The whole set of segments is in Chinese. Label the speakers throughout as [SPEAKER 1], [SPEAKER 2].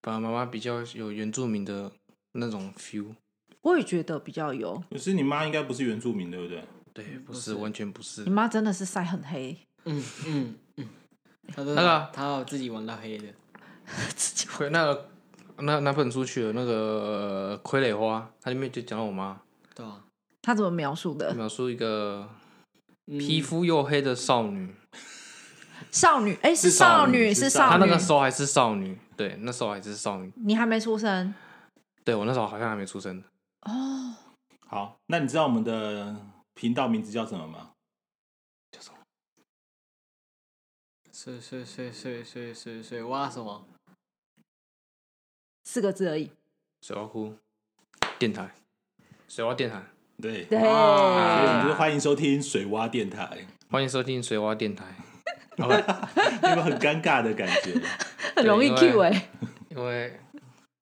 [SPEAKER 1] 爸爸妈妈比较有原住民的那种 feel。
[SPEAKER 2] 我也觉得比较有。
[SPEAKER 3] 可是你妈应该不是原住民，对不对？
[SPEAKER 1] 对，嗯不是，嗯完全不是
[SPEAKER 2] 你。妈真的是晒很黑，
[SPEAKER 4] 嗯嗯嗯，他都
[SPEAKER 1] 那个啊
[SPEAKER 4] 他有自己玩到黑的，
[SPEAKER 1] 会那个那那本书去了那个呃《傀儡花》，它里面就讲到我妈
[SPEAKER 4] 对啊，
[SPEAKER 2] 她怎么描述的？
[SPEAKER 1] 描述一个
[SPEAKER 4] 嗯
[SPEAKER 1] 皮肤黝黑的少女，
[SPEAKER 2] 少女，哎、是
[SPEAKER 3] 是少
[SPEAKER 2] 少
[SPEAKER 3] 女
[SPEAKER 2] 女，
[SPEAKER 3] 是
[SPEAKER 2] 是
[SPEAKER 3] 少
[SPEAKER 2] 少
[SPEAKER 1] 她
[SPEAKER 2] 女。
[SPEAKER 1] 那个时候还是少女，对，那时候还是少女，
[SPEAKER 2] 你还没出生
[SPEAKER 1] 对我那时候好像还没出生。
[SPEAKER 2] 哦，
[SPEAKER 3] 好，那你知道我们的频道名字叫什么吗？
[SPEAKER 4] 水水水水水水水挖什么？
[SPEAKER 2] 四个字而已。
[SPEAKER 1] 水花窟电台，水花电台，
[SPEAKER 3] 对，所
[SPEAKER 2] 对，
[SPEAKER 3] 以我
[SPEAKER 4] 啊
[SPEAKER 3] 们就欢迎收听水蛙电台，
[SPEAKER 1] 欢迎收听水花电台。OK，
[SPEAKER 3] 有没有很尴尬的感 觉？
[SPEAKER 2] 很容易
[SPEAKER 1] 对因
[SPEAKER 2] Q
[SPEAKER 1] 为
[SPEAKER 2] 哎、
[SPEAKER 1] 因为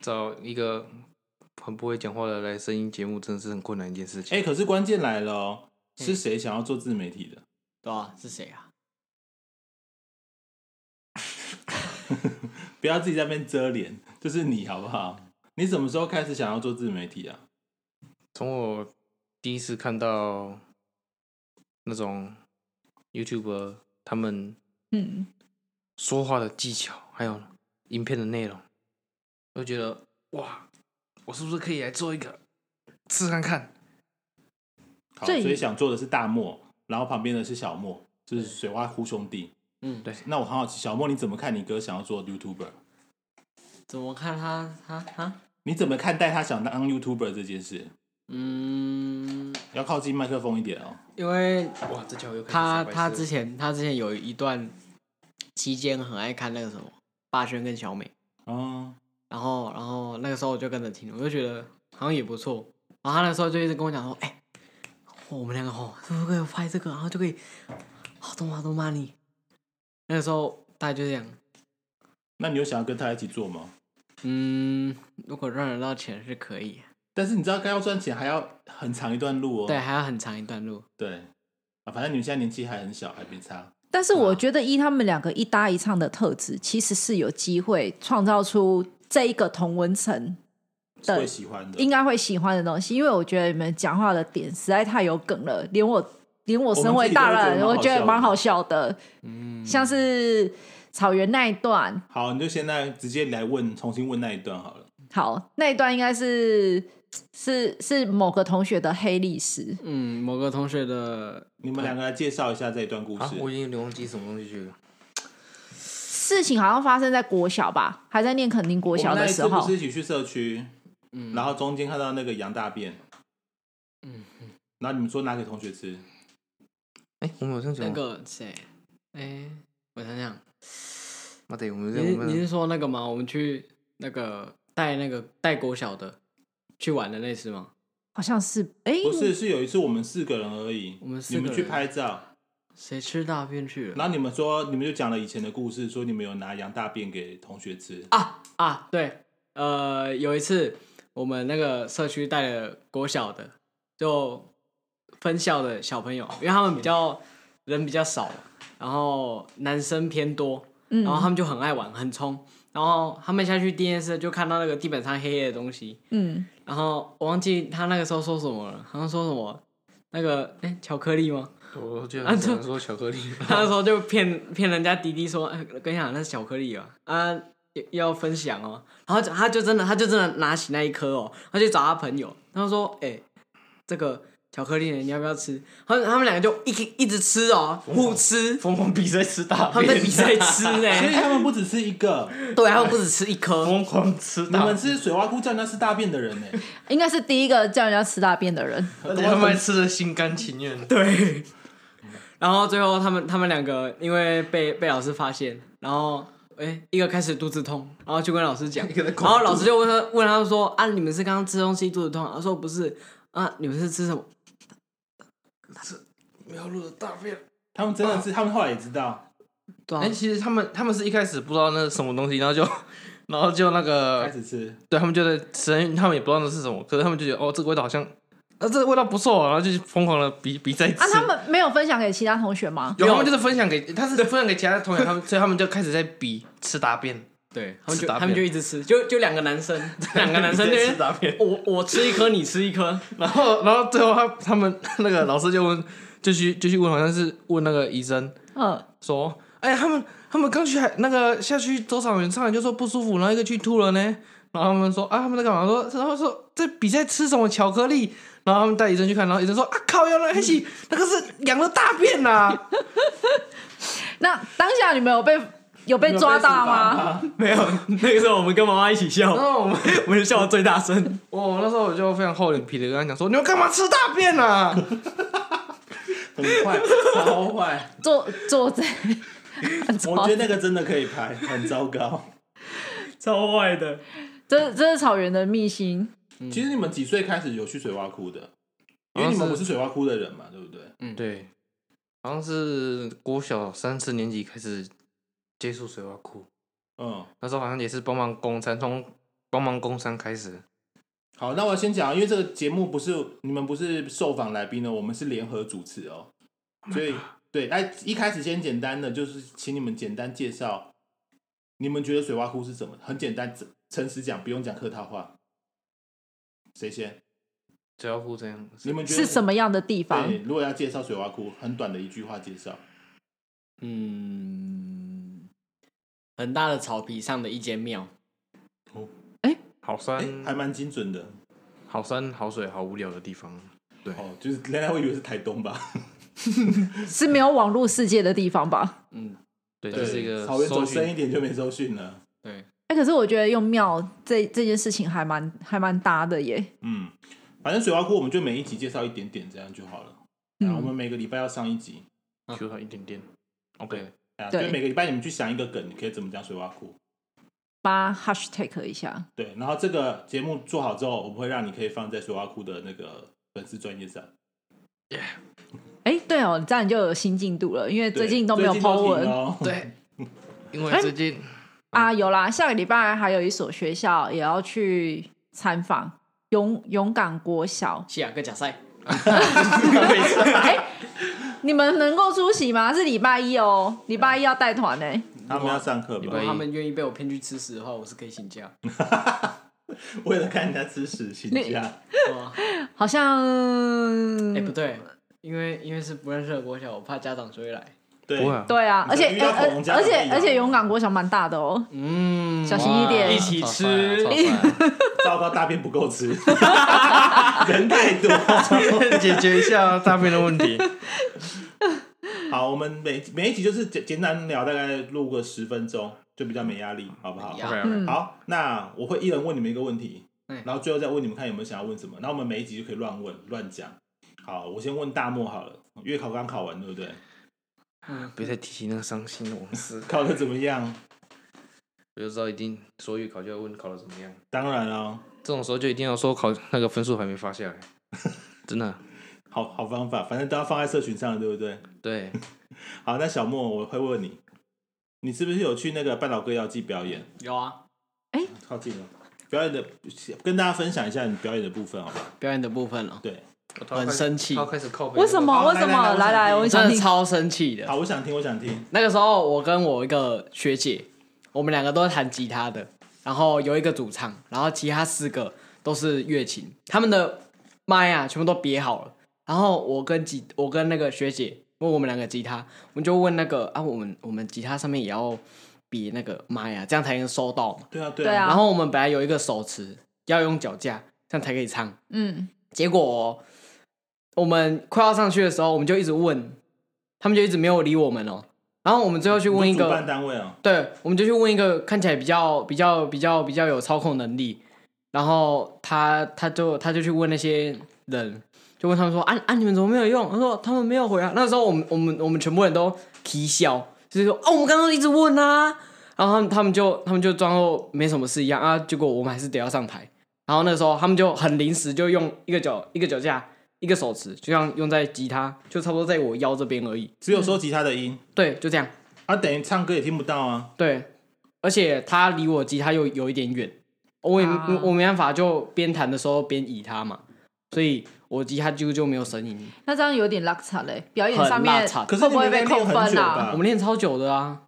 [SPEAKER 1] 找一个很不会讲话的来声音节目，真的是很困难一件事情。
[SPEAKER 3] 哎、可是关键来了哦，
[SPEAKER 2] 嗯
[SPEAKER 3] 是谁想要做自媒体的？
[SPEAKER 4] 对啊，是谁啊？
[SPEAKER 3] 不要自己在那边遮脸，就是你好不好？你什么时候开始想要做自媒体啊？
[SPEAKER 1] 从我第一次看到那种 YouTube 他们
[SPEAKER 2] 嗯，
[SPEAKER 1] 说话的技巧，还有影片的内容，我就觉得哇，我是不是可以来做一个试看看？
[SPEAKER 3] 好，所
[SPEAKER 2] 最
[SPEAKER 3] 以想做的是大漠，然后旁边的是小漠，就是水蛙窟兄弟。
[SPEAKER 4] 嗯，
[SPEAKER 1] 对
[SPEAKER 3] 那我很好奇，小莫你怎么看你哥想要做 YouTuber？
[SPEAKER 4] 怎么看他他他？
[SPEAKER 3] 你怎么看待他想当 YouTuber 这件事？
[SPEAKER 4] 嗯，
[SPEAKER 3] 要靠近麦克风一点哦。
[SPEAKER 4] 因为
[SPEAKER 1] 哇，这条又
[SPEAKER 4] 他他之
[SPEAKER 1] 啊
[SPEAKER 4] 前他之前有一段期间很爱看那个什么霸轩跟小美，
[SPEAKER 3] 哦，
[SPEAKER 4] 然后然后那个时候我就跟着听，我就觉得好像也不错。然后他那时候就一直跟我讲说，哎、我们两个吼是不是可以拍这个，然后就可以好多好多 money。那个时候大概就这样，
[SPEAKER 3] 那你有想要跟他一起做吗？
[SPEAKER 4] 嗯，如果赚得到钱是可以，
[SPEAKER 3] 但是你知道，该要赚钱还要很长一段路哦。
[SPEAKER 4] 对，还要很长一段路。
[SPEAKER 3] 对啊，反正你们现在年纪还很小，还没差。
[SPEAKER 2] 但是我觉得依他们两个一搭一唱的特质，其实是有机会创造出这一个同文层
[SPEAKER 3] 是
[SPEAKER 2] 对
[SPEAKER 3] 会喜欢的，
[SPEAKER 2] 应该会喜欢的东西，因为我觉得你们讲话的点实在太有梗了，连我连我身为大人，
[SPEAKER 3] 我
[SPEAKER 2] 我觉得
[SPEAKER 3] 们自己都觉得蛮
[SPEAKER 2] 蛮
[SPEAKER 3] 好
[SPEAKER 2] 好笑的，
[SPEAKER 4] 嗯，
[SPEAKER 2] 像是草原那一段，
[SPEAKER 3] 好，你就现在直接来问，重新问那一段好了。
[SPEAKER 2] 好，那一段应该是是是某个同学的黑历史。
[SPEAKER 4] 嗯，某个同学的
[SPEAKER 3] 你们两个来介绍一下这一段故
[SPEAKER 1] 啊
[SPEAKER 3] 事，。
[SPEAKER 1] 我已经忘记什么东西去了。
[SPEAKER 2] 事情好像发生在国小吧，还在念垦丁国
[SPEAKER 3] 我
[SPEAKER 2] 小
[SPEAKER 3] 们那
[SPEAKER 2] 的
[SPEAKER 3] 一
[SPEAKER 2] 时
[SPEAKER 3] 次不
[SPEAKER 2] 候
[SPEAKER 3] 是。一起去社区，
[SPEAKER 4] 嗯，
[SPEAKER 3] 然后中间看到那个羊大便，
[SPEAKER 4] 嗯嗯
[SPEAKER 3] 然后你们说拿给同学吃，
[SPEAKER 1] 哎、我们有这样讲
[SPEAKER 4] 那
[SPEAKER 1] 吗？
[SPEAKER 4] 个谁，哎、我想想，
[SPEAKER 1] 妈的，我们有这
[SPEAKER 4] 你
[SPEAKER 1] 样
[SPEAKER 4] 是
[SPEAKER 1] 我们
[SPEAKER 4] 你
[SPEAKER 1] 有
[SPEAKER 4] 是说那个吗？我们去那个带那个带国小的去玩的那次吗？
[SPEAKER 2] 好像是哎、
[SPEAKER 3] 不是，是有一次我们四个人而已，
[SPEAKER 4] 我们四
[SPEAKER 3] 你
[SPEAKER 4] 个
[SPEAKER 3] 们
[SPEAKER 4] 人
[SPEAKER 3] 去拍照，
[SPEAKER 4] 谁吃大便去了？
[SPEAKER 3] 然后你们说你们就讲了以前的故事，说你们有拿羊大便给同学吃，
[SPEAKER 4] 啊啊，对，呃，有一次我们那个社区带了国小的，就分校的小朋友，因为他们比较人比较少，然后男生偏多，
[SPEAKER 2] 嗯
[SPEAKER 4] 然
[SPEAKER 3] 哦
[SPEAKER 4] 后他们就很爱玩，很冲。然后他们下去第一件事就看到那个地板上黑黑的东西，
[SPEAKER 2] 嗯，
[SPEAKER 4] 然后我忘记他那个时候说什么了，好像说什么那个哎巧克力吗？
[SPEAKER 1] 我居
[SPEAKER 4] 啊
[SPEAKER 1] 然
[SPEAKER 4] 这
[SPEAKER 1] 只能说巧克力。
[SPEAKER 4] 他那时候就骗骗人家弟弟说，哎跟你讲那是巧克力啊啊要要分享哦，然后他就真的他就真的拿起那一颗哦，他去找他朋友，他说哎、这个巧克力你要不要吃？他他们两个就一一直吃哦，互吃，
[SPEAKER 1] 疯狂比赛吃大
[SPEAKER 4] 他们在比赛吃呢、
[SPEAKER 3] 所以他们不只吃一个，
[SPEAKER 4] 对，他们不止吃一颗，
[SPEAKER 1] 疯狂吃
[SPEAKER 3] 你们是水洼窟叫人家吃大便的人呢、欸
[SPEAKER 2] 应该是第一个叫人家吃大便的人。
[SPEAKER 1] 而且他们还吃的心甘情愿。
[SPEAKER 4] 对。然后最后他们他们两个因为被被老师发现，然后哎一个开始肚子痛，然后就跟老师讲，
[SPEAKER 1] 一个在
[SPEAKER 4] 然
[SPEAKER 1] 狂
[SPEAKER 4] 后老师就问他问他说啊你们是刚刚吃东西肚子痛？他说不是啊你们是吃什么？
[SPEAKER 1] 苗路的大便。
[SPEAKER 3] 他们真的是，他们后来也知道，
[SPEAKER 4] 对啊
[SPEAKER 1] 哎、，其实他们他们是一开始不知道那是什么东西，然后就 然后就那
[SPEAKER 3] 开
[SPEAKER 1] 个，
[SPEAKER 3] 始吃，
[SPEAKER 1] 对他们就在神，他们也不知道那是什么，可是他们就觉得哦，这个味道好像，啊，这个味道不错、啊，然后就疯狂的比比在吃。
[SPEAKER 2] 啊，他们没有分享给其他同学吗？
[SPEAKER 1] 有他们就是分享给他是分享给其他同学，他们所以他们就开始在比吃大便。
[SPEAKER 4] 对他们
[SPEAKER 1] 吃
[SPEAKER 4] 就
[SPEAKER 1] 大
[SPEAKER 4] 他们就
[SPEAKER 1] 便
[SPEAKER 4] 一直吃，就就两个男生，两个 男生
[SPEAKER 3] 你
[SPEAKER 4] 就
[SPEAKER 3] 在吃大便
[SPEAKER 4] 我我吃一颗，你吃一颗，
[SPEAKER 1] 然后，然后最后他他们 那个老师就问，就去就去问，好像是问那个医生
[SPEAKER 2] 嗯，
[SPEAKER 1] 说：“哎、他们他们刚去海那个下去走场员上来就说不舒服，然后一个去吐了呢。”然后他们说：“啊，他们在干嘛？”说，然后说在比赛吃什么巧克力？然后他们带医生去看，然后医生说：“啊靠，原来黑起那个是羊的大便呐、
[SPEAKER 2] 那当下你们有被有被抓到吗？
[SPEAKER 4] 没有，那个时候我们跟妈妈一起笑
[SPEAKER 1] 然，后我们
[SPEAKER 4] 我们笑的最大声，
[SPEAKER 1] 我那时候我就非常厚脸皮的跟他讲说：“你们干嘛吃大便啊？”
[SPEAKER 3] 很坏，超坏。
[SPEAKER 2] 坐坐 在，
[SPEAKER 3] 我觉得那个真的可以拍，很糟糕。
[SPEAKER 4] 超坏的。
[SPEAKER 2] 这这是草原的秘辛。
[SPEAKER 3] 其实你们几岁开始有去水洼窟的？因为
[SPEAKER 1] 嗯好像
[SPEAKER 3] 你们
[SPEAKER 1] 是嗯
[SPEAKER 3] 不是水洼窟的人嘛，对不对？
[SPEAKER 1] 对，好像是国小三四年级开始接触水洼库，
[SPEAKER 3] 嗯，
[SPEAKER 1] 那时候好像也是帮忙工山，从帮忙工山开始。
[SPEAKER 3] 好，那我先讲，因为这个节目不是你们不是受访来宾呢，我们是联合主持哦，
[SPEAKER 2] ，Oh
[SPEAKER 3] 所以对，哎，一开始先简单的就是请你们简单介绍，你们觉得水洼窟是什么？很简单，诚诚实讲，不用讲客套话。谁先？
[SPEAKER 1] 水洼库这样子，
[SPEAKER 3] 你们觉得
[SPEAKER 2] 是什么样的地方？
[SPEAKER 3] 对，如果要介绍水洼窟，很短的一句话介绍。
[SPEAKER 4] 嗯，很大的草皮上的一间庙，
[SPEAKER 1] 好
[SPEAKER 3] 哎、
[SPEAKER 1] 山、
[SPEAKER 3] 还蛮精准的
[SPEAKER 1] 好山、好水、好无聊的地方。
[SPEAKER 3] 哦，就是 人家会以为是台东吧？
[SPEAKER 2] 是没有网络世界的地方吧？
[SPEAKER 4] 嗯，
[SPEAKER 1] 对，这是一个
[SPEAKER 3] 稍微走
[SPEAKER 1] 搜
[SPEAKER 3] 深一
[SPEAKER 1] 寻。
[SPEAKER 3] 点就没搜讯了。
[SPEAKER 4] 对，。
[SPEAKER 2] 哎、可是我觉得用庙这这件事情还蛮还蛮搭的耶。
[SPEAKER 3] 嗯，反正水洼窟我们就每一集介绍一点点，这样就好了。然
[SPEAKER 2] 嗯
[SPEAKER 3] 啊后我们每个礼拜要上一集，
[SPEAKER 1] Q 到一点点，OK，
[SPEAKER 3] 啊，
[SPEAKER 2] 对
[SPEAKER 3] 所以每个礼拜你们去想一个梗，你可以怎么讲水洼窟？
[SPEAKER 2] 把 hashtag 一下，
[SPEAKER 3] 对，然后这个节目做好之后，我们会让你可以放在水洼窟的那个粉丝专业上。
[SPEAKER 2] 哎、对哦，这样你就有新进度了，因为
[SPEAKER 3] 对
[SPEAKER 2] 最近都没有
[SPEAKER 3] 最
[SPEAKER 2] po
[SPEAKER 3] 停
[SPEAKER 2] 文、
[SPEAKER 3] 哦。
[SPEAKER 1] 对，因为
[SPEAKER 2] 哎
[SPEAKER 1] 最近
[SPEAKER 2] 啊。有啦，下个礼拜还有一所学校也要去参访，勇勇敢国小
[SPEAKER 4] 西雅各假 赛，
[SPEAKER 2] 哎、你们能够出席吗？是礼拜一哦，礼拜一要带团呢。
[SPEAKER 3] 他们要上课
[SPEAKER 1] 礼
[SPEAKER 3] 吧
[SPEAKER 1] 拜？
[SPEAKER 4] 如
[SPEAKER 1] 一
[SPEAKER 4] 果他们愿意被我骗去吃屎的话，我是可以请假。
[SPEAKER 3] 为了看人家吃屎请假，
[SPEAKER 4] 哇，
[SPEAKER 2] 好像
[SPEAKER 4] 哎、不对，因为因为是不认识的国小，我怕家长追来。
[SPEAKER 3] 对
[SPEAKER 1] 不，会啊，
[SPEAKER 2] 对啊，而
[SPEAKER 3] 你可
[SPEAKER 2] 且
[SPEAKER 3] 能遇
[SPEAKER 2] 而
[SPEAKER 3] 到恐龙家
[SPEAKER 2] 而
[SPEAKER 3] 长
[SPEAKER 2] 且
[SPEAKER 3] 也有
[SPEAKER 2] 而且勇敢国小蛮大的哦，
[SPEAKER 4] 嗯，
[SPEAKER 2] 小心一点
[SPEAKER 4] 一起
[SPEAKER 1] 哇
[SPEAKER 4] 吃。
[SPEAKER 1] 超帅啊超帅
[SPEAKER 3] 糟糕，大便不够吃， 人太多。
[SPEAKER 1] 啊 解决一下大便的问 题。
[SPEAKER 3] 好，我们每每一集就是简简单聊，大概录个十分钟，就比较没压力，好不好？
[SPEAKER 4] 呀
[SPEAKER 1] OK
[SPEAKER 2] 嗯
[SPEAKER 1] OK，
[SPEAKER 3] 好，那我会一人问你们一个问题，
[SPEAKER 2] 哎
[SPEAKER 4] 嗯
[SPEAKER 3] 然后最后再问你们看有没有想要问什么。然后我们每一集就可以乱问乱讲。好，我先问大漠好了，月考刚考完，对 不对？
[SPEAKER 4] 嗯
[SPEAKER 1] 别再提起那个伤心的往事，
[SPEAKER 3] 考的怎么样？
[SPEAKER 1] 我就知道一定说预考就要问考的怎么样。
[SPEAKER 3] 当然哦，
[SPEAKER 1] 这种时候就一定要说考那个分数还没发下来， 真的
[SPEAKER 3] 好好方法，反正都要放在社群上了，对不对？
[SPEAKER 1] 对。
[SPEAKER 3] 好，那小莫，我会问你，你是不是有去那个半岛歌谣季表演？
[SPEAKER 4] 有啊，
[SPEAKER 3] 靠近了，表演的跟大家分享一下你表演的部分，好不好？
[SPEAKER 4] 表演的部分了，
[SPEAKER 3] 对，
[SPEAKER 4] 很生气
[SPEAKER 1] 他要开始靠背了
[SPEAKER 2] 为什么？
[SPEAKER 3] 好
[SPEAKER 2] 为什么？
[SPEAKER 3] 来
[SPEAKER 2] 来
[SPEAKER 3] 来
[SPEAKER 2] 来，
[SPEAKER 3] 来
[SPEAKER 2] 我
[SPEAKER 3] 我
[SPEAKER 2] 想
[SPEAKER 4] 真的
[SPEAKER 2] 听。
[SPEAKER 4] 超生气的。
[SPEAKER 3] 好，我想听，我想听。
[SPEAKER 4] 那个时候我跟我一个学姐，我们两个都是弹吉他的，然后有一个主唱，然后其他四个都是乐琴，他们的麦啊全部都别好了。然后我跟吉，我跟那个学姐问我们两个吉他，我们就问那个啊，我们我们吉他上面也要别那个麦啊，这样才能收到嘛。
[SPEAKER 3] 对啊，对
[SPEAKER 2] 对啊
[SPEAKER 4] 然后我们本来有一个手持，要用脚架，这样才可以唱。
[SPEAKER 2] 嗯，
[SPEAKER 4] 结果哦、我们快要上去的时候，我们就一直问，他们就一直没有理我们哦。然后我们最后去问一
[SPEAKER 3] 你说主办
[SPEAKER 4] 个，
[SPEAKER 3] 单位哦，
[SPEAKER 4] 对，我们就去问一个看起来比较比较比较比较有操控能力，然后他他就他就去问那些人，就问他们说啊啊你们怎么没有用？他说他们没有回啊。那时候我们我们我们全部人都啼笑，就是说哦我们刚刚一直问啊，然后他们他们就他们就装作没什么事一样啊，结果我们还是得要上台。然后那时候他们就很临时，就用一个脚一个脚架一个手持，就像用在吉他，就差不多在我腰这边而已。
[SPEAKER 3] 只有收吉他的音，
[SPEAKER 4] 对，就这样。
[SPEAKER 3] 啊，等于唱歌也听不到啊。
[SPEAKER 4] 对，而且他离我吉他又有一点远，我也、
[SPEAKER 2] 啊
[SPEAKER 4] 我没办法，就边弹的时候边移它嘛，所以我吉他几乎就没有声音，
[SPEAKER 2] 那这样有点拉差嘞，表演上
[SPEAKER 4] 很拉
[SPEAKER 2] 面
[SPEAKER 4] 差。
[SPEAKER 3] 可是
[SPEAKER 2] 会
[SPEAKER 3] 你
[SPEAKER 2] 不会
[SPEAKER 3] 们
[SPEAKER 2] 被
[SPEAKER 3] 应该
[SPEAKER 2] 扣
[SPEAKER 3] 练很
[SPEAKER 2] 分
[SPEAKER 3] 久
[SPEAKER 2] 啊？
[SPEAKER 3] 吧
[SPEAKER 4] 我？们练超久的啊，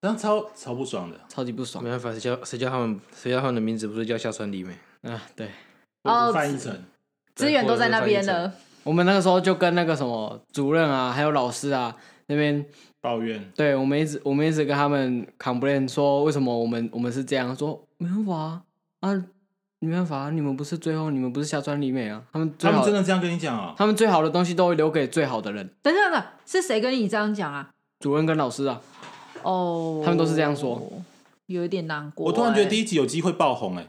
[SPEAKER 3] 然后超超不爽的。
[SPEAKER 4] 超级不爽
[SPEAKER 1] 没办法，谁叫谁叫他们谁叫他们的名字不是叫下川里美？
[SPEAKER 4] 啊！对，
[SPEAKER 2] 哦
[SPEAKER 3] 或者翻译成
[SPEAKER 2] 资源都在那边了，
[SPEAKER 4] 我们那个时候就跟那个什么主任啊，还有老师啊那边，
[SPEAKER 3] 抱怨，
[SPEAKER 4] 对我们一直我们一直跟他们 complain 说为什么我们我们是这样说，没办法啊，啊没办法、啊，你们不是最后你们不是下川里美啊，他们最
[SPEAKER 3] 他们
[SPEAKER 4] 好
[SPEAKER 3] 真的这样跟你讲啊？
[SPEAKER 4] 他们最好的东西都会留给最好的人，
[SPEAKER 2] 等等等，是谁跟你这样讲啊？
[SPEAKER 4] 主任跟老师啊，
[SPEAKER 2] 哦，
[SPEAKER 4] 他们都是这样说，
[SPEAKER 2] 有一点难过、欸
[SPEAKER 3] 我突然觉得第
[SPEAKER 2] 一，
[SPEAKER 3] 一集有机会爆红哎、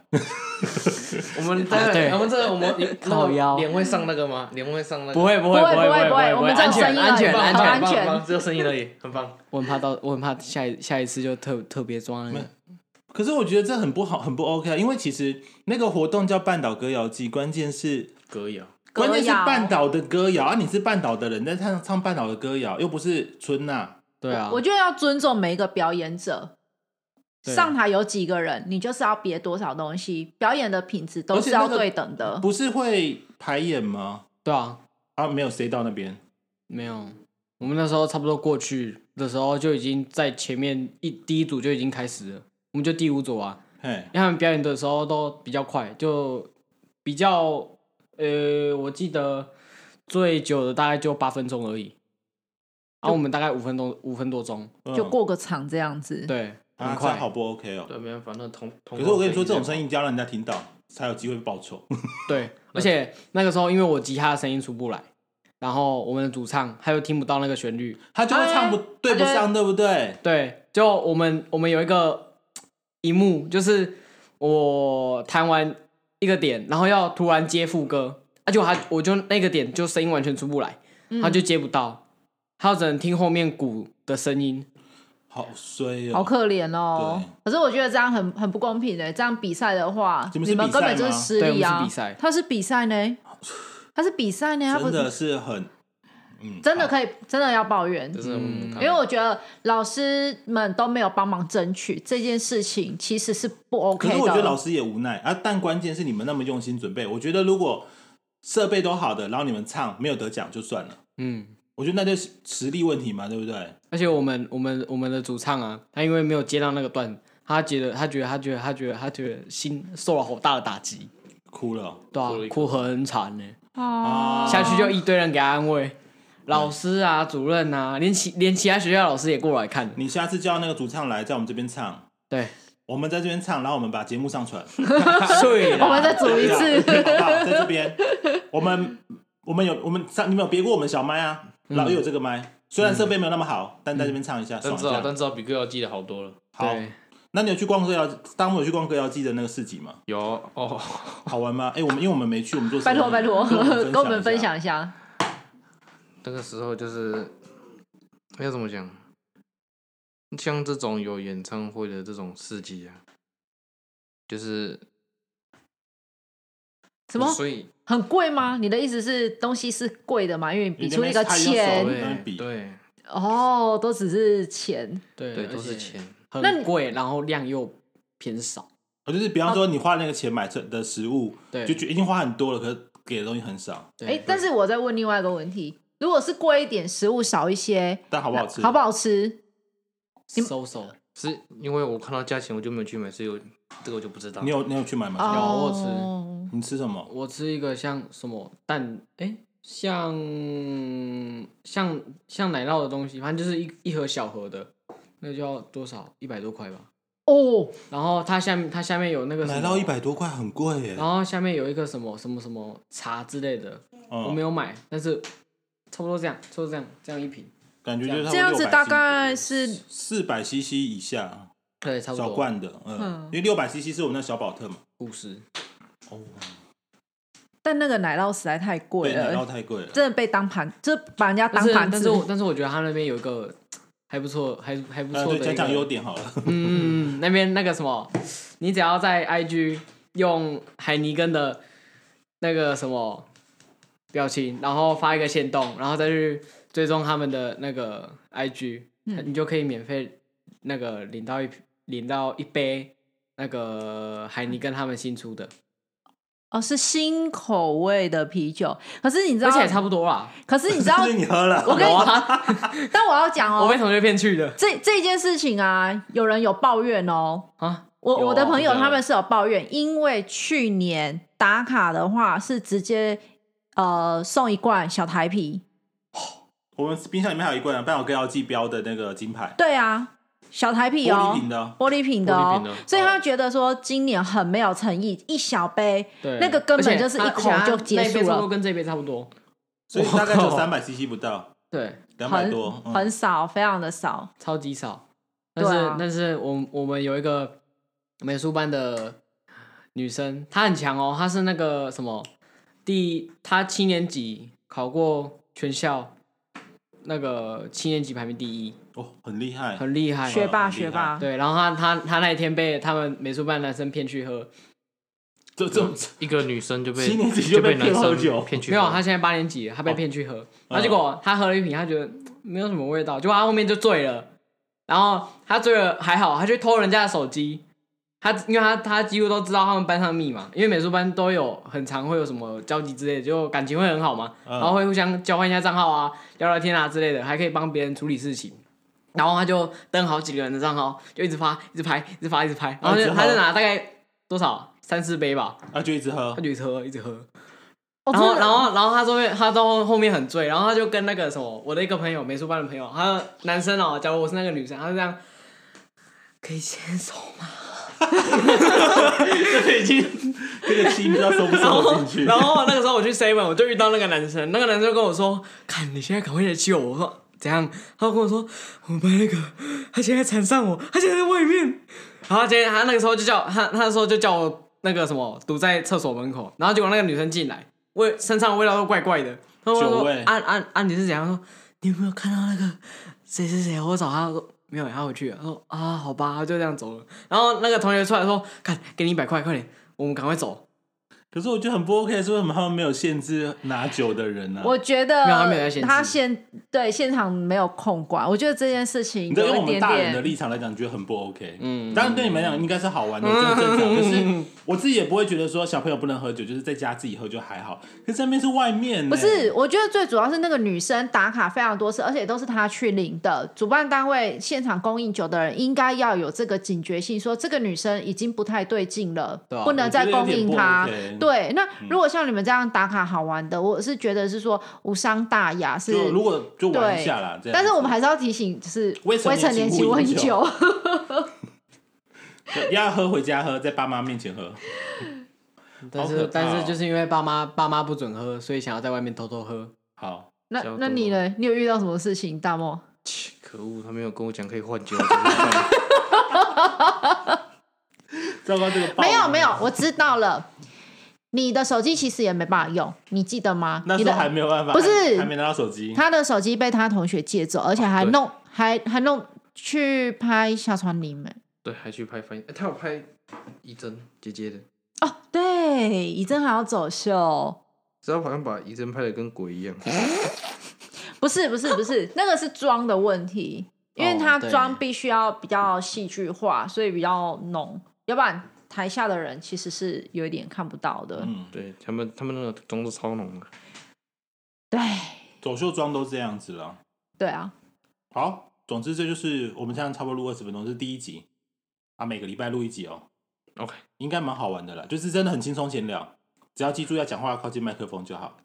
[SPEAKER 1] 我们
[SPEAKER 4] 啊对
[SPEAKER 1] 我们这个我们
[SPEAKER 4] 靠腰
[SPEAKER 1] 脸会上那个吗？脸会上那个？
[SPEAKER 4] 不会不会
[SPEAKER 2] 不会
[SPEAKER 4] 会
[SPEAKER 2] 不会
[SPEAKER 4] 不
[SPEAKER 2] 不会我们这
[SPEAKER 4] 安
[SPEAKER 2] 种
[SPEAKER 4] 全
[SPEAKER 2] 声音
[SPEAKER 4] 安全
[SPEAKER 2] 很
[SPEAKER 4] 安
[SPEAKER 1] 很
[SPEAKER 4] 全
[SPEAKER 1] 棒，
[SPEAKER 2] 好
[SPEAKER 1] 很棒，很
[SPEAKER 2] 安全
[SPEAKER 1] 棒只有声音而已，很棒。
[SPEAKER 4] 我很怕到，我很怕下一下一次就特特别抓那个。
[SPEAKER 3] 可是我觉得这很不好，很不 OK 啊，因为其实那个活动叫半岛歌谣季，关键是
[SPEAKER 1] 歌谣，
[SPEAKER 2] 歌谣
[SPEAKER 3] 关键是半岛的歌谣啊，你是半岛的人，但唱唱半岛的歌谣，又不是春娜、
[SPEAKER 4] 对啊，
[SPEAKER 2] 我觉得要尊重每一个表演者。
[SPEAKER 4] 对
[SPEAKER 2] 上台有几个人，你就是要别多少东西，表演的品质都
[SPEAKER 3] 而且
[SPEAKER 2] 是
[SPEAKER 3] 那
[SPEAKER 2] 要
[SPEAKER 3] 个
[SPEAKER 2] 对等的。
[SPEAKER 3] 不是会排演吗？
[SPEAKER 4] 对啊，
[SPEAKER 3] 啊，没有谁到那边，
[SPEAKER 4] 没有，我们那时候差不多过去的时候就已经在前面一第一组就已经开始了，我们就第五组啊，
[SPEAKER 3] 嘿，
[SPEAKER 4] 因为他们表演的时候都比较快，就比较呃，我记得最久的大概就八分钟而已，然后我们大概五分钟五分多钟，
[SPEAKER 3] 嗯
[SPEAKER 2] 就过个场这样子。
[SPEAKER 4] 对，
[SPEAKER 3] 啊，
[SPEAKER 4] 很
[SPEAKER 3] 这样
[SPEAKER 4] 快，
[SPEAKER 3] 好不 OK 哦。
[SPEAKER 1] 对，没办法，那同同。
[SPEAKER 3] 可是我跟你说，这种声音一定要让人家听到，才有机会报仇。
[SPEAKER 4] 对，而且那个时候因为我吉他的声音出不来，然后我们的主唱他又听不到那个旋律，
[SPEAKER 3] 他就会唱不
[SPEAKER 2] 哎
[SPEAKER 3] 对不
[SPEAKER 2] 他就会
[SPEAKER 3] 上，对不对？
[SPEAKER 4] 对，就我们我们有一个一幕，就是我弹完一个点，然后要突然接副歌，啊，就他我就那个点就声音完全出不来，他就接不到，他只能听后面鼓的声音。
[SPEAKER 3] 好衰
[SPEAKER 2] 好
[SPEAKER 3] 哦！
[SPEAKER 2] 可怜哦。可是我觉得这样很很不公平的，欸这样比赛的话，
[SPEAKER 3] 你们是
[SPEAKER 2] 你们根本就是失利
[SPEAKER 4] 比赛吗对我们
[SPEAKER 2] 啊！
[SPEAKER 4] 是比赛
[SPEAKER 2] 他是比赛呢，他是比赛呢，他不
[SPEAKER 3] 真的
[SPEAKER 2] 是
[SPEAKER 3] 是很，嗯，
[SPEAKER 2] 真的
[SPEAKER 3] 以。
[SPEAKER 2] 可以，真的要抱怨
[SPEAKER 1] 这。是
[SPEAKER 4] 嗯
[SPEAKER 1] 因
[SPEAKER 2] 因为我觉得老师们都没有帮忙争取这件事情，其实是不 OK 的。
[SPEAKER 3] 可是我觉得老师也无奈啊，但关键是你们那么用心准备，我觉得如果设备都好的，然后你们唱没有得奖就算了，
[SPEAKER 4] 嗯，
[SPEAKER 3] 我觉得那就是实力问题嘛，对不对？
[SPEAKER 4] 而且我们我们我们的主唱啊，他因为没有接到那个段，他觉得他觉得他觉得他觉得他觉得心受了好大的打击，
[SPEAKER 3] 哭了，
[SPEAKER 4] 对啊
[SPEAKER 1] 哭了一，
[SPEAKER 4] 哭很惨呢、
[SPEAKER 2] 哦
[SPEAKER 4] 下去就一堆人给他安慰，老师啊、主任啊，连其连其他学校的老师也过来 看，
[SPEAKER 3] 你下次叫那个主唱来，在我们这边唱，
[SPEAKER 4] 对，
[SPEAKER 3] 我们在这边唱，然后我们把节目上传，
[SPEAKER 4] 睡
[SPEAKER 3] 啊
[SPEAKER 2] 我们
[SPEAKER 4] 了。
[SPEAKER 2] 再 组一次，
[SPEAKER 3] 好不好？在这边，我们我们有我们上，你们有别过我们小麦啊，老也有这个
[SPEAKER 4] 嗯
[SPEAKER 3] 麦，虽然设备没有那么好，但在这边唱一下，爽
[SPEAKER 1] 但
[SPEAKER 3] 一
[SPEAKER 1] 至少
[SPEAKER 3] 下。
[SPEAKER 1] 但至少比歌谣记得好多了。
[SPEAKER 3] 好，
[SPEAKER 4] 对，
[SPEAKER 3] 那你有去逛歌谣，当我有去逛歌谣季的那个市集吗？
[SPEAKER 1] 有哦，
[SPEAKER 3] 好玩吗？哎，我们因为我们没去，我们做
[SPEAKER 2] 拜托
[SPEAKER 3] 生意
[SPEAKER 2] 拜 托，跟我们
[SPEAKER 3] 一
[SPEAKER 2] 分
[SPEAKER 3] 下
[SPEAKER 2] 享一下。
[SPEAKER 1] 那个时候就是要怎么讲？像这种有演唱会的这种事迹啊，就是
[SPEAKER 2] 什么
[SPEAKER 1] 所以
[SPEAKER 2] 很贵吗？你的意思是东西是贵的嘛？因为你比出一个
[SPEAKER 3] 你那边差一个手
[SPEAKER 2] 钱
[SPEAKER 3] 而已，跟他们
[SPEAKER 1] 对
[SPEAKER 3] 比
[SPEAKER 1] 对
[SPEAKER 2] 哦，都只是钱。
[SPEAKER 4] 对
[SPEAKER 1] 对，
[SPEAKER 4] 而
[SPEAKER 1] 都是
[SPEAKER 4] 且
[SPEAKER 1] 钱。
[SPEAKER 2] 那
[SPEAKER 4] 很
[SPEAKER 2] 你
[SPEAKER 4] 贵，然后量又偏少。
[SPEAKER 3] 我哦就是比方说你花那个钱买这的食物，
[SPEAKER 4] 对
[SPEAKER 3] 就觉已经花很多了，可是给的东西很少，
[SPEAKER 4] 对
[SPEAKER 2] 哎、但是我再问另外一个问题：如果是贵一点，食物少一些，
[SPEAKER 3] 但好不好吃？
[SPEAKER 2] 好不好吃？
[SPEAKER 4] 收手
[SPEAKER 1] 是因为我看到价钱我就没有去买，所以我这个我就不知道
[SPEAKER 3] 你。有你有去买吗？
[SPEAKER 4] 我吃
[SPEAKER 2] 哦
[SPEAKER 3] 你吃什么？
[SPEAKER 4] 我吃一个像什么蛋，哎、像像像奶酪的东西，反正就是一一盒小盒的，那就要多少？一百多块吧。
[SPEAKER 2] 哦，
[SPEAKER 4] 然后它下面它下面有那个什
[SPEAKER 3] 奶
[SPEAKER 4] 么
[SPEAKER 3] 酪一，百多块，很贵耶
[SPEAKER 4] 然。后下面有一个什么什么什么茶之类的，我
[SPEAKER 3] 嗯，
[SPEAKER 4] 没有买，但是差不多这样，差不多这样，这样一瓶，
[SPEAKER 3] 感觉就是
[SPEAKER 2] 这样子大概是
[SPEAKER 3] 四百 CC 以下，
[SPEAKER 4] 对，差不
[SPEAKER 3] 小
[SPEAKER 4] 多
[SPEAKER 3] 罐的，嗯
[SPEAKER 2] 嗯，
[SPEAKER 3] 因为六百 CC 是我们那小宝特嘛。
[SPEAKER 4] 五十。
[SPEAKER 3] 哦，
[SPEAKER 2] 但那个奶酪实在太贵
[SPEAKER 3] 对，奶酪
[SPEAKER 2] 了，
[SPEAKER 3] 太贵了。
[SPEAKER 2] 真的被当盘，就把人家
[SPEAKER 4] 但
[SPEAKER 2] 当
[SPEAKER 4] 是
[SPEAKER 2] 盘
[SPEAKER 4] 但
[SPEAKER 2] 子
[SPEAKER 4] 是。我但是我觉得他那边有一个还不错，还还不
[SPEAKER 3] 那
[SPEAKER 4] 错
[SPEAKER 3] 就
[SPEAKER 4] 的一
[SPEAKER 3] 呃讲讲
[SPEAKER 4] 个
[SPEAKER 3] 优点好了。
[SPEAKER 4] 嗯，那边那个什么，你只要在 IG 用海尼根的那个什么表情，然后发一个线动，然后再去追踪他们的那个 IG，、你
[SPEAKER 2] 嗯
[SPEAKER 4] 就可以免费那个领到一领到一杯那个海尼根他们新出的，
[SPEAKER 2] 哦，是新口味的啤酒，可是你知道，
[SPEAKER 4] 而且也差不多啦。
[SPEAKER 2] 可是你知 道
[SPEAKER 3] 所以，你喝了，
[SPEAKER 2] 我跟你
[SPEAKER 4] 有啊，
[SPEAKER 2] 但我要讲
[SPEAKER 4] 我
[SPEAKER 2] 哦
[SPEAKER 4] 被，同学骗去的
[SPEAKER 2] 这这件事情啊，有人有抱怨哦，
[SPEAKER 4] 啊。
[SPEAKER 2] 我
[SPEAKER 3] 有啊
[SPEAKER 2] 我的朋友
[SPEAKER 3] 我知道
[SPEAKER 2] 他们是有抱怨，因为去年打卡的话是直接呃送一罐小台啤，
[SPEAKER 3] 我们冰箱里面还有一罐半小哥要记标的那个金牌，
[SPEAKER 2] 对啊，小台啤
[SPEAKER 3] 玻璃
[SPEAKER 2] 哦，
[SPEAKER 3] 瓶的哦，
[SPEAKER 2] 玻璃瓶的
[SPEAKER 4] 玻
[SPEAKER 2] 哦
[SPEAKER 4] 璃瓶的
[SPEAKER 2] 所以他觉得说今年很没有诚意，一小杯，
[SPEAKER 4] 对，
[SPEAKER 2] 那个根本
[SPEAKER 4] 而且
[SPEAKER 2] 就是
[SPEAKER 4] 它
[SPEAKER 2] 一口就结
[SPEAKER 4] 而且它那一
[SPEAKER 2] 束
[SPEAKER 4] 杯
[SPEAKER 2] 了
[SPEAKER 4] 差不多跟这一杯差不多。
[SPEAKER 3] 所以大概就
[SPEAKER 1] 我靠
[SPEAKER 3] 三百 CC 不到，
[SPEAKER 4] 对，
[SPEAKER 3] 两百
[SPEAKER 2] 很
[SPEAKER 3] 多，嗯
[SPEAKER 2] 很少，非常的少。
[SPEAKER 4] 超级少。但
[SPEAKER 2] 对啊
[SPEAKER 4] 是、但是我我们有一个美术班的女生，她很强哦，她是那个什么第她七年级考过全校那个七年级排名第一，
[SPEAKER 3] 哦，很厉害，
[SPEAKER 4] 很厉害。
[SPEAKER 2] 学啊霸，
[SPEAKER 3] 很厉害
[SPEAKER 2] 学霸，
[SPEAKER 4] 对，然后她她她那一天被他们美术班男生骗去喝，
[SPEAKER 3] 这这种
[SPEAKER 1] 一个女生就被
[SPEAKER 3] 七年级就
[SPEAKER 1] 就
[SPEAKER 3] 被
[SPEAKER 1] 被
[SPEAKER 3] 骗
[SPEAKER 1] 男
[SPEAKER 3] 喝酒
[SPEAKER 1] 生骗去
[SPEAKER 4] 没
[SPEAKER 1] 喝，
[SPEAKER 4] 有，啊她现在八年级了，她被骗去喝，然后结果她喝了一瓶，她觉得嗯没有什么味道，结果她后面就醉了，然后她醉了还好，她去偷人家的手机，她因为她她几乎都知道他们班上密码，因为美术班都有很常会有什么交集之类的，就感情会很好嘛，
[SPEAKER 3] 嗯
[SPEAKER 4] 然后会互相交换一下账号啊，聊聊天啊之类的，还可以帮别人处理事情。然后她就登好几个人的账号，就一直发，一直拍，一直发，一直拍。然后
[SPEAKER 3] 一
[SPEAKER 4] 就
[SPEAKER 3] 直喝
[SPEAKER 4] 她就拿大概多少三四杯吧，
[SPEAKER 3] 啊就一直喝
[SPEAKER 4] 她，就一直喝，一直喝。
[SPEAKER 2] 哦
[SPEAKER 4] 然后，
[SPEAKER 2] 真的
[SPEAKER 4] 然后，然后他说面，他到后面很醉，然后他就跟那个什么，我的一个朋友，美术班的朋友，他男生哦，假如我是那个女生，他就这样，可以牵手吗？
[SPEAKER 3] 这个已经这个心不知道收不
[SPEAKER 4] 然
[SPEAKER 3] 收
[SPEAKER 4] 后
[SPEAKER 3] 得进，去，
[SPEAKER 4] 然后那个时候我去 seven，我就遇到那个男生，那个男生就跟我说，看你现在赶快来救我，我说怎样？他就跟我说，我们班那个他现在缠上我，他现在在外面，然后今天他那个时候就叫他，他那时候就叫我那个什么堵在厕所门口，然后结果那个女生进来，味身上的味道都怪怪的，他就
[SPEAKER 3] 酒
[SPEAKER 4] 说
[SPEAKER 3] 味
[SPEAKER 4] 啊啊啊你是怎样？说你有没有看到那个谁谁谁？我找他说没有，他回去了。他说啊好吧，他就这样走了。然后那个同学出来说，看给你一百块，快点，我们赶快走。
[SPEAKER 3] 可是我觉得很不 OK，是为什么他们没有限制拿酒的人呢、啊
[SPEAKER 2] 我觉得
[SPEAKER 4] 没有他没有在限制
[SPEAKER 2] 他现对现场没有控管，我觉得这件事情
[SPEAKER 3] 你知道，
[SPEAKER 2] 有
[SPEAKER 3] 用我
[SPEAKER 2] 一
[SPEAKER 3] 们
[SPEAKER 2] 点
[SPEAKER 3] 大人的
[SPEAKER 2] 点
[SPEAKER 3] 立场来讲，觉得很不 OK。
[SPEAKER 4] 嗯
[SPEAKER 3] 当然对你们来讲应该是好玩 的，这正常。可是我自己也不会觉得说小朋友不能喝酒，就是在家自己喝就还好。可是那边是外面、
[SPEAKER 2] 不是，，我觉得最主要是那个女生打卡非常多次，而且都是她去领的。主办单位现场供应酒的人应该要有这个警觉性，说这个女生已经不太对劲了，
[SPEAKER 4] 对啊
[SPEAKER 2] 不能再供应她
[SPEAKER 3] 我觉得有点。不 OK 嗯
[SPEAKER 2] 对，那如果像你们这样打卡好玩的，我是觉得是说无伤大雅，是
[SPEAKER 3] 就如果就玩一
[SPEAKER 2] 对
[SPEAKER 3] 下啦。这样子，
[SPEAKER 2] 但是我们还是要提醒，就是
[SPEAKER 3] 未成年
[SPEAKER 2] 成年请勿饮
[SPEAKER 3] 请勿饮
[SPEAKER 2] 酒。
[SPEAKER 3] 要喝回家喝，在爸妈面前喝。
[SPEAKER 4] 但
[SPEAKER 3] 好可
[SPEAKER 4] 是
[SPEAKER 3] 怕哦
[SPEAKER 4] 但是就是因为爸妈爸妈不准喝，所以想要在外面偷偷喝。
[SPEAKER 3] 好，
[SPEAKER 2] 那
[SPEAKER 1] 消毒
[SPEAKER 2] 那你呢？你有遇到什么事情，大漠？
[SPEAKER 1] 切可恶，他没有跟我讲可以换酒，怎么办
[SPEAKER 3] 糟糕，这个爆
[SPEAKER 2] 没有没有，，我知道了。你的手机其实也没办法用，你记得吗？
[SPEAKER 3] 那
[SPEAKER 2] 你
[SPEAKER 3] 时
[SPEAKER 2] 的
[SPEAKER 3] 候还没有办法，
[SPEAKER 2] 不是
[SPEAKER 3] 还没拿到手机。
[SPEAKER 2] 他的手机被他同学借走，而且还弄、还还弄去拍下川里美。
[SPEAKER 1] 对，还去拍翻译，哎他有拍怡珍姐姐的，
[SPEAKER 2] 哦，对，以真还要走秀，
[SPEAKER 1] 只要好像把怡珍拍的跟鬼一样，
[SPEAKER 2] 不是不是不是，那个是妆的问题，因为
[SPEAKER 4] 哦
[SPEAKER 2] 他
[SPEAKER 4] 对
[SPEAKER 2] 妆必须要比较戏剧化，所以比较浓，要不然台下的人其实是有一点看不到的。
[SPEAKER 3] 嗯，
[SPEAKER 1] 对他们他们那个妆都超浓的，
[SPEAKER 2] 对
[SPEAKER 3] 走秀妆都这样子了。
[SPEAKER 2] 对啊，
[SPEAKER 3] 好，总之这就是我们现在差不多录二十分钟，这是第一集啊，每个礼拜录一集哦。
[SPEAKER 1] OK
[SPEAKER 3] 应该蛮好玩的啦，就是真的很轻松闲聊，只要记住要讲话要靠近麦克风就好。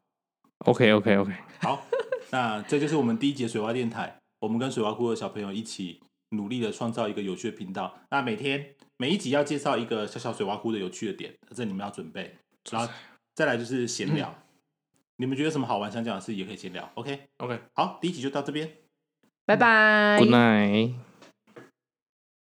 [SPEAKER 1] OK OK OK，
[SPEAKER 3] 好，那这就是我们第一节水蛙电台，我们跟水蛙窟的小朋友一起努力的创造一个有趣的频道。那每天每一集要介绍一个小小水蛙窟的有趣的点，这你们要准备。然后再来就是闲聊，你们觉得有什么好玩想讲的事也可以闲聊。OK，
[SPEAKER 1] OK，
[SPEAKER 3] 好，第一集就到这边。
[SPEAKER 2] 拜拜
[SPEAKER 1] Good night。